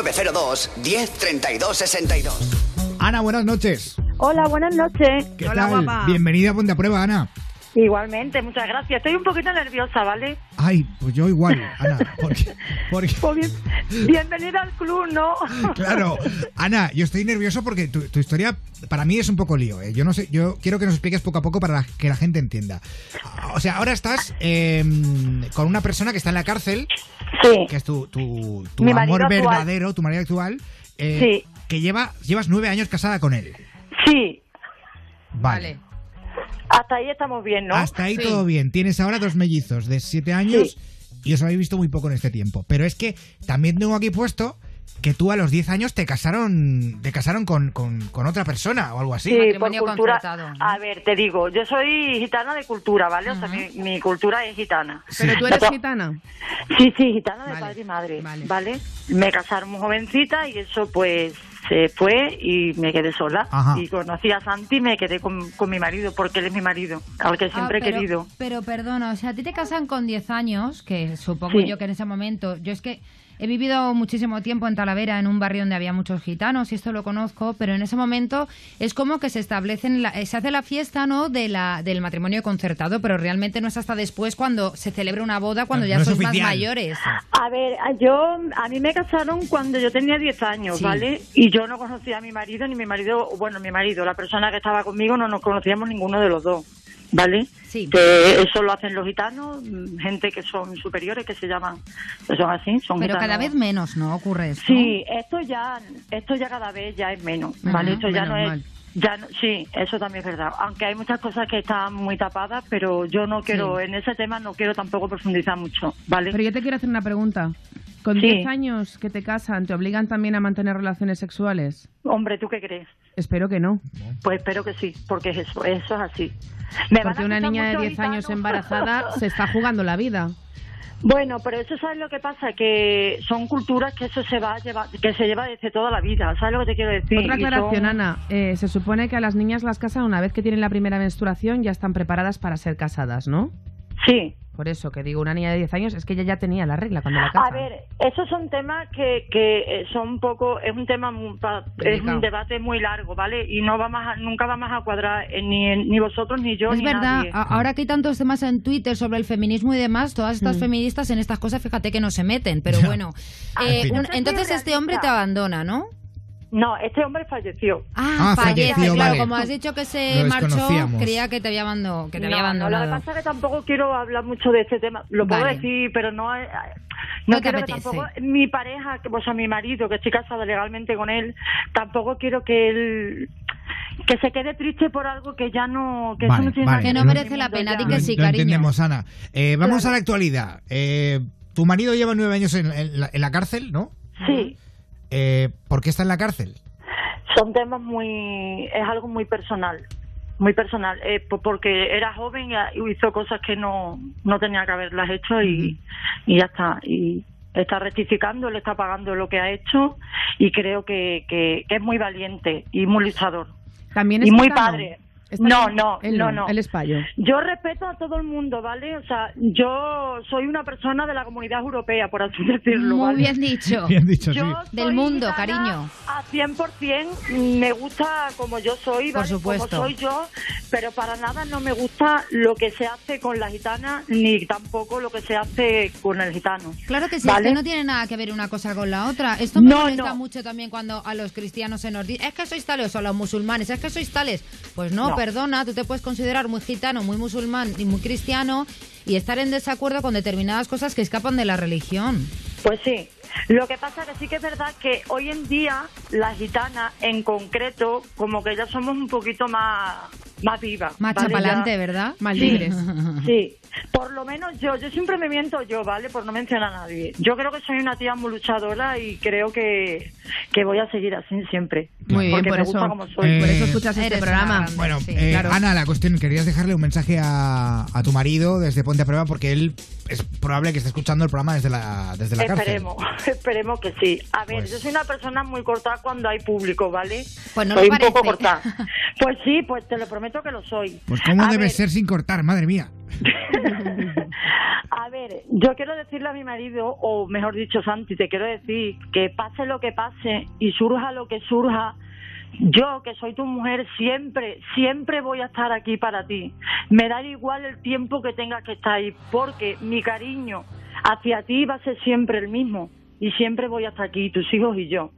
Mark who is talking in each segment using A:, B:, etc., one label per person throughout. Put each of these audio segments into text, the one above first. A: 902 1032 62.
B: Ana, buenas noches.
C: Hola, buenas noches.
B: ¿Qué
D: Hola,
B: tal?
D: guapa.
B: Bienvenida a Ponte a Prueba, Ana.
C: Igualmente, muchas gracias. Estoy un poquito nerviosa, ¿vale?
B: Ay, pues yo igual, Ana. Porque, porque-
C: Pues bien- bienvenida al club, ¿no?
B: claro, Ana, yo estoy nervioso porque tu, tu historia para mí es un poco lío. ¿eh? Yo no sé, yo quiero que nos expliques poco a poco para la- que la gente entienda. O sea, ahora estás eh, con una persona que está en la cárcel,
C: Sí,
B: que es tu, tu, tu
C: Mi marido
B: amor
C: actual.
B: verdadero, tu marido actual, eh, que lleva llevas nueve años casada con él.
C: sí.
B: Vale.
C: Hasta ahí estamos bien, ¿no?
B: Hasta ahí
D: Sí.
B: todo bien. Tienes ahora dos mellizos de siete años y os habéis visto muy poco en este tiempo. Pero es que también tengo aquí puesto que tú a los 10 años te casaron te casaron con, con- con otra persona o algo así.
C: Sí, por
D: matrimonio
C: cultura.
D: concertado, ¿no?
C: A ver, te digo, yo soy gitana de cultura, ¿vale? O sea, mi, mi cultura es gitana.
D: Pero tú eres gitana.
C: Sí, sí, gitana de
D: Vale,
C: padre y madre,
D: vale.
C: vale. Me casaron muy jovencita y eso pues se fue y me quedé sola.
B: Ajá.
C: Y conocí a Santi y me quedé con, con mi marido, porque él es mi marido, al que siempre
E: Ah, pero,
C: he querido.
E: Pero perdona, o sea, a ti te casan con 10 años, que supongo
C: Sí.
E: yo que en ese momento. Yo es que he vivido muchísimo tiempo en Talavera, en un barrio donde había muchos gitanos, y esto lo conozco, pero en ese momento es como que se establecen. la- eh, se hace la fiesta, ¿no? De la, del matrimonio concertado, pero realmente no es hasta después cuando se celebra una boda, cuando
B: No,
E: ya
B: Ah, no es
E: sois más
B: oficial.
E: mayores.
C: A ver, a- yo, a mí me casaron cuando yo tenía 10 años,
E: Sí.
C: ¿vale? Y yo no conocía a mi marido, ni mi marido, bueno, mi marido, la persona que estaba conmigo, no nos conocíamos ninguno de los dos, ¿vale?
E: Sí.
C: Que eso lo hacen los gitanos, mm, gente que son superiores, que se llaman, que son así, son
E: Pero cada
C: gitanos.
E: vez menos, ¿no? Ocurre esto.
C: Sí, esto ya, esto ya cada vez ya es menos,
E: Ajá,
C: ¿vale? esto ya
E: menos
C: no es...
E: mal.
C: Ya no- sí, eso también es verdad. Aunque hay muchas cosas que están muy tapadas, pero yo no quiero, en ese tema no quiero tampoco profundizar mucho, ¿vale?
D: Pero yo te quiero hacer una pregunta.
C: Sí.
D: ¿Con 10 años que te casan, te obligan también a mantener relaciones sexuales?
C: Hombre, ¿tú qué crees?
D: Espero que no.
C: Pues espero que sí, porque es eso, eso es así. Me van a
D: Porque una
C: acusar
D: niña de
C: mucho
D: 10 años
C: gitano.
D: embarazada se está jugando la vida.
C: Bueno, pero eso sabes lo que pasa, que son culturas que eso se va a llevar, que se lleva desde toda la vida, ¿sabes lo que te quiero decir?
D: Otra
C: Y son-
D: aclaración, Ana. Eh, se supone que a las niñas las casan una vez que tienen la primera menstruación, ya están preparadas para ser casadas, ¿no?
C: Sí.
D: Por eso que digo, una niña de 10 años es que ella ya tenía la regla cuando la casan.
C: A ver, esos son temas que, que eh, son un poco, es un tema, muy pa- es
D: Delicado.
C: un debate muy largo, ¿vale? Y no vamos a, nunca vamos a cuadrar eh, ni, ni vosotros ni yo
E: Es
C: ni
E: verdad,
C: nadie.
D: ah.
E: a- ahora que hay tantos temas en Twitter sobre el feminismo y demás, todas estas feministas en estas cosas, fíjate que no se meten, pero
B: Mm. Ya.
E: bueno.
B: Al
E: Eh,
B: fin.
E: un-
C: Yo soy
E: entonces este
C: realista.
E: hombre te abandona, ¿no?
C: No, este hombre falleció.
E: Ah,
B: Ah,
E: fallece,
B: falleció,
E: claro,
B: vale.
E: como has dicho que se
B: Lo
E: marchó,
B: desconocíamos.
E: creía que te había, abando- que te había
C: No, no,
E: abandonado.
C: Lo que pasa es que tampoco quiero hablar mucho de este tema. Lo puedo
E: Vale.
C: decir, pero no. eh, No,
E: No te
C: quiero que
E: apetece.
C: tampoco mi pareja, que- o sea, mi marido, que estoy casada legalmente con él, tampoco quiero que él que se quede triste por algo que ya no que eso
B: Vale,
C: no tiene
B: vale.
C: nada
B: Que no
C: ver
E: merece
C: con
E: la
C: mi
E: pena,
C: mundo
E: di
B: Lo-
C: ya.
E: que sí,
B: lo
E: cariño.
B: entendemos, Ana. Eh, vamos
C: Claro.
B: a la actualidad. Eh, tu marido lleva nueve años en, en la, en la cárcel, ¿no?
C: Sí,
B: Eh, ¿Por qué está en la cárcel?
C: son temas muy es algo muy personal, muy personal, eh, po- porque era joven y ah, y hizo cosas que no no tenía que haberlas hecho y, y ya está y está rectificando, le está pagando lo que ha hecho y creo que, que- que es muy valiente y muy luchador.
D: También
C: Y
D: es
C: muy
D: gitano?
C: padre.
D: ¿Es
C: No,
D: también-
C: no,
D: él
C: no, no.
D: Él es payo.
C: Yo respeto a todo el mundo, ¿vale? O sea, yo soy una persona de la comunidad europea, por así decirlo.
E: Muy
C: ¿vale?
E: bien dicho.
B: Bien dicho,
C: Yo
B: sí.
C: soy
E: Del mundo,
C: gitana
E: cariño.
C: A 100% me gusta como yo soy,
E: Por
C: ¿vale?
E: supuesto.
C: Como soy yo, pero para nada no me gusta lo que se hace con la gitana ni tampoco lo que se hace con el gitano.
E: Claro que sí,
C: ¿Vale?
E: es que no tiene nada que ver una cosa con la otra. Esto me
C: No,
E: molesta
C: no.
E: mucho también cuando a los cristianos se nos dice, es que sois tales, o a los musulmanes, es que sois tales. Pues no,
C: No.
E: perdona, tú te puedes considerar muy gitano, muy musulmán y muy cristiano y estar en desacuerdo con determinadas cosas que escapan de la religión.
C: Pues sí. Lo que pasa que sí que es verdad que hoy en día las gitanas en concreto como que ya somos un poquito más más vivas.
E: Más
C: ¿vale?
E: chapalante,
C: Ya-
E: ¿verdad?
D: Más libres.
C: Sí, por lo menos yo, yo siempre me miento yo, ¿vale? Por no mencionar a nadie. Yo creo que soy una tía muy luchadora y creo que, que voy a seguir así siempre.
D: Muy bien,
C: porque
D: por
C: me
D: eso.
C: gusta como soy.
B: Eh,
D: Por eso escuchas
E: Eres
D: este
E: una
D: programa.
E: grande.
B: Bueno,
E: Sí,
B: eh,
D: claro.
B: Ana, la cuestión, querías dejarle un mensaje a, a tu marido desde Ponte a Prueba porque él es probable que esté escuchando el programa desde la, desde la cárcel.
C: Esperemos, esperemos que sí. A ver,
B: Pues-
C: yo soy una persona muy cortada cuando hay público, ¿vale?
E: Pues no
C: soy
E: lo
C: un poco
E: parece.
C: cortada. Pues sí, pues te lo prometo que lo soy.
B: Pues cómo
C: A
B: debe
C: ver,
B: ser sin cortar, madre mía.
C: a ver, yo quiero decirle a mi marido, o mejor dicho, Santi, te quiero decir que pase lo que pase y surja lo que surja, yo que soy tu mujer siempre, siempre voy a estar aquí para ti. Me da igual el tiempo que tengas que estar ahí, porque mi cariño hacia ti va a ser siempre el mismo y siempre voy a estar aquí, tus hijos y yo.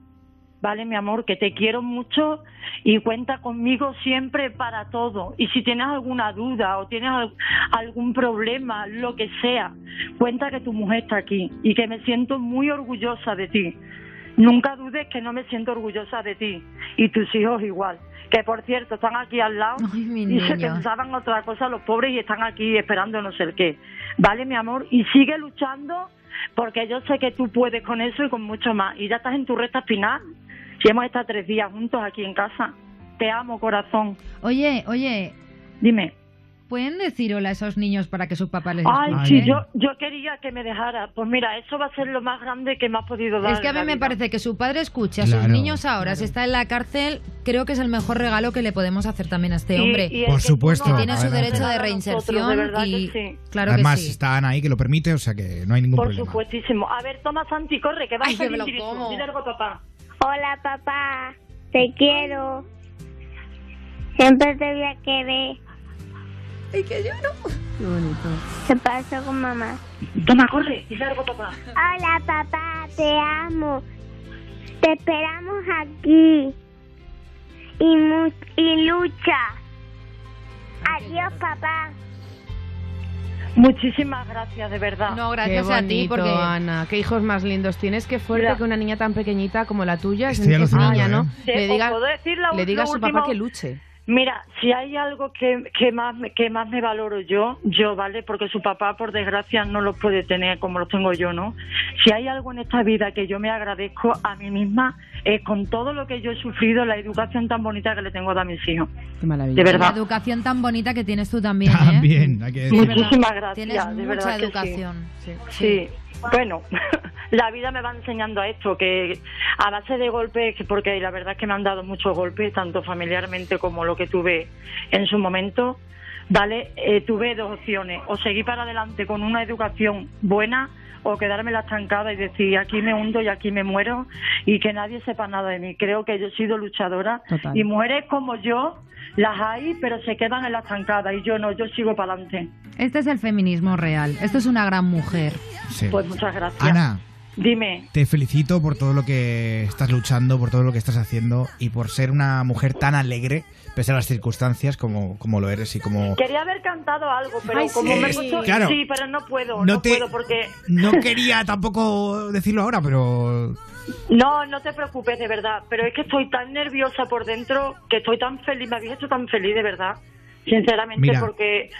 C: Vale, mi amor, que te quiero mucho y cuenta conmigo siempre para todo. Y si tienes alguna duda o tienes al- algún problema, lo que sea, cuenta que tu mujer está aquí y que me siento muy orgullosa de ti. Nunca dudes que no me siento orgullosa de ti y tus hijos igual. Que por cierto, están aquí al lado
E: Ay, mi
C: y se
E: niño.
C: pensaban otra cosa los pobres y están aquí esperando no sé el qué. Vale, mi amor, y sigue luchando porque yo sé que tú puedes con eso y con mucho más. Y ya estás en tu recta final. Y hemos estado tres días juntos aquí en casa. Te amo, corazón.
E: Oye, oye,
C: Dime.
E: ¿pueden decir hola a esos niños para que sus papás les
C: Ay,
E: escuchen?
C: sí,
B: bien.
C: yo, yo quería que me dejara. Pues mira, eso va a ser lo más grande que me has podido dar.
E: Es que a
C: en
E: mí
C: la
E: me
C: vida.
E: parece que su padre escuche a sus
B: Claro,
E: niños ahora, si está en la cárcel, creo que es el mejor regalo que le podemos hacer también a este
C: Y-
E: hombre.
C: y el
B: Por
C: que tú
B: supuesto.
C: nos
E: Tiene su
B: Ah, Adelante.
E: derecho de
C: hagas a nosotros,
E: reinserción
C: de verdad
E: y
C: que sí.
E: claro
B: Además,
E: que sí.
B: está Anaí que lo permite, o sea que no hay ningún
C: Por
B: problema.
C: supuestísimo. A ver, toma Santi, corre, que vas
E: Ay,
C: a
E: que
C: salir
E: me lo
C: directo.
E: como.
C: Dile algo a papá.
F: Hola papá, te quiero. Siempre te voy a querer.
D: Qué bonito.
F: Se pasó con mamá.
C: Toma, corre, dile algo a papá.
F: Hola papá, te amo. Te esperamos aquí. Y, mu- y lucha. Adiós papá.
C: Muchísimas gracias, de verdad.
E: No,
D: Qué
E: gracias
D: bonito,
E: a ti porque
D: Ana. Qué hijos más lindos tienes. Qué fuerte
C: Mira.
D: que una niña tan pequeñita como la tuya, es,
B: Estoy
D: es
B: alucinando,
D: niña, ¿no?
C: ¿eh? Sí,
D: Le
C: os
D: diga,
C: puedo decir la-
D: le diga a
C: lo
D: su
C: último.
D: papá que luche.
C: Mira, si hay algo que, que más me- que más me valoro yo, yo, ¿vale? Porque su papá, por desgracia, no los puede tener como los tengo yo, ¿no? Si hay algo en esta vida que yo me agradezco a mí misma, es con todo lo que yo he sufrido, la educación tan bonita que le tengo a mis hijos.
D: Qué maravilla.
C: De verdad.
E: la educación tan bonita que tienes tú también, ¿eh?
B: También, hay que decir.
E: Es verdad.
C: Muchísimas gracias,
E: Tienes
C: de verdad
E: mucha
C: que sí.
E: educación.
C: Sí, bueno, la vida me va enseñando a esto, que a base de golpes, que- porque la verdad es que me han dado muchos golpes, tanto familiarmente como lo que tuve en su momento, ¿vale? Eh, tuve dos opciones, o seguir para adelante con una educación buena o quedarme la estancada y decir aquí me hundo y aquí me muero y que nadie sepa nada de mí. Creo que yo he sido luchadora
D: Total.
C: y mujeres como yo las hay, pero se quedan en la estancada y yo no, yo sigo para adelante.
E: Este es el feminismo real. Esto es una gran mujer.
B: Sí.
C: Pues muchas gracias.
B: Ana,
C: Dime.
B: te felicito por todo lo que estás luchando, por todo lo que estás haciendo y por ser una mujer tan alegre, pese a las circunstancias, como, como lo eres y como...
C: Quería haber cantado algo, pero
D: Ay,
C: como
D: sí.
C: me he puesto-
B: Claro.
C: sí, pero no puedo,
B: No
C: no,
B: te-
C: puedo porque
B: No quería tampoco decirlo ahora, pero...
C: no, no te preocupes de verdad, pero es que estoy tan nerviosa por dentro, que estoy tan feliz, me habéis hecho tan feliz de verdad, sinceramente
B: Mira.
C: porque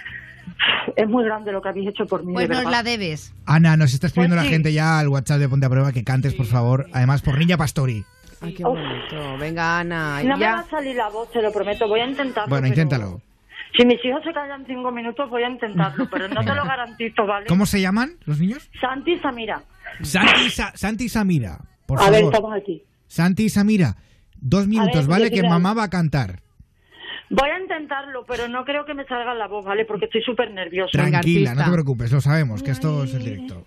C: es muy grande lo que habéis hecho por mí,
E: Pues
C: de
E: nos
C: verdad.
E: la debes.
B: Ana, nos está escribiendo
C: Pues
B: la
C: sí.
B: gente ya al WhatsApp de Ponte a Prueba que cantes, por favor. Además, por Niña Pastori.
D: Ay, qué
C: Uf.
D: bonito. Venga, Ana.
C: No me va a
D: ya.
C: salir la voz, te lo prometo, voy a intentarlo.
B: Bueno,
C: pero-
B: inténtalo.
C: Si mis hijos se callan cinco minutos, voy a intentarlo, pero no te lo garantizo, ¿vale?
B: ¿Cómo se llaman los niños?
C: Santi y Samira.
B: Santi, y Sa- Santi y Samira. Por
C: A ver,
B: favor.
C: estamos aquí.
B: Santi y Samira, dos minutos,
C: ver,
B: ¿vale?
C: yo
B: Que
C: quiero-
B: mamá va a cantar.
C: Voy a intentarlo, pero no creo que me salga la voz, ¿vale? Porque estoy súper nerviosa.
D: Venga,
B: Tranquila, no
D: artista.
B: te preocupes, lo sabemos, que esto es el directo.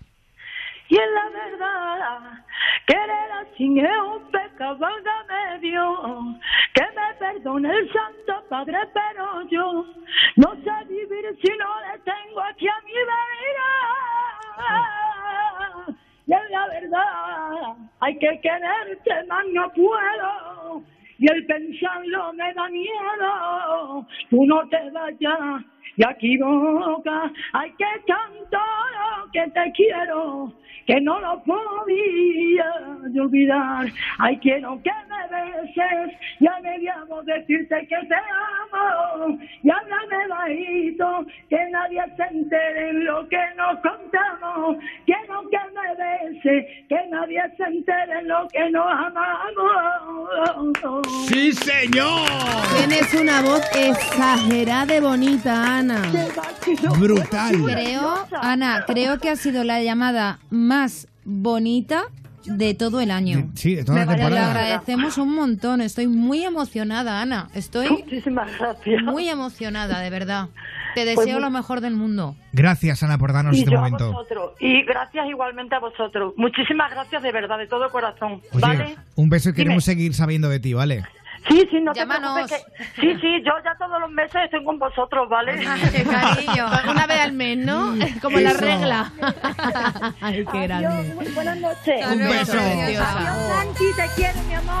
C: Y es la verdad, quererla sin es un pecado, hágame Dios, que me perdone el Santo Padre, pero yo no sé vivir si no le tengo aquí a mi bebida. Y es la verdad, hay que quererte más no puedo, y el pensarlo me da miedo, tú no te vayas y equivoca, hay que cantar que te quiero, que no lo podía de olvidar. Ay, quiero que me beses y a media voz decirte que te amo. Y háblame bajito, que nadie se entere en lo que nos contamos. Quiero que me beses, que nadie se entere en lo que nos amamos.
B: ¡Sí, señor!
D: Tienes una voz exagerada de bonita, Ana.
B: ¡Brutal!
E: Creo, Ana, creo que ha sido la llamada más bonita de todo el año.
B: Sí, de toda la
C: Me
E: Te
C: parece
E: lo
B: temporada.
E: agradecemos un montón. Estoy muy emocionada, Ana. Estoy
C: Muchísimas gracias.
E: muy emocionada, de verdad.
G: Te deseo
C: Pues mu-
G: lo mejor del mundo.
B: Gracias, Ana, por darnos
C: y
B: este
C: yo
B: momento.
C: a vosotros. Y gracias igualmente a vosotros. Muchísimas gracias de verdad, de todo corazón.
B: Oye,
C: ¿Vale?
B: un beso y queremos
C: Dime.
B: seguir sabiendo de ti, ¿vale?
C: Sí, sí, no
G: Llámanos.
C: te preocupes. que- sí, sí, yo ya todos los meses estoy con vosotros, ¿vale?
E: Qué cariño. Una vez al mes, ¿no? Como la
B: Eso.
E: regla. Mm, Ay, qué grande.
H: Buenas noches.
B: Un
E: luego,
B: beso.
E: preciosa.
H: Santi, te quiero, mi amor.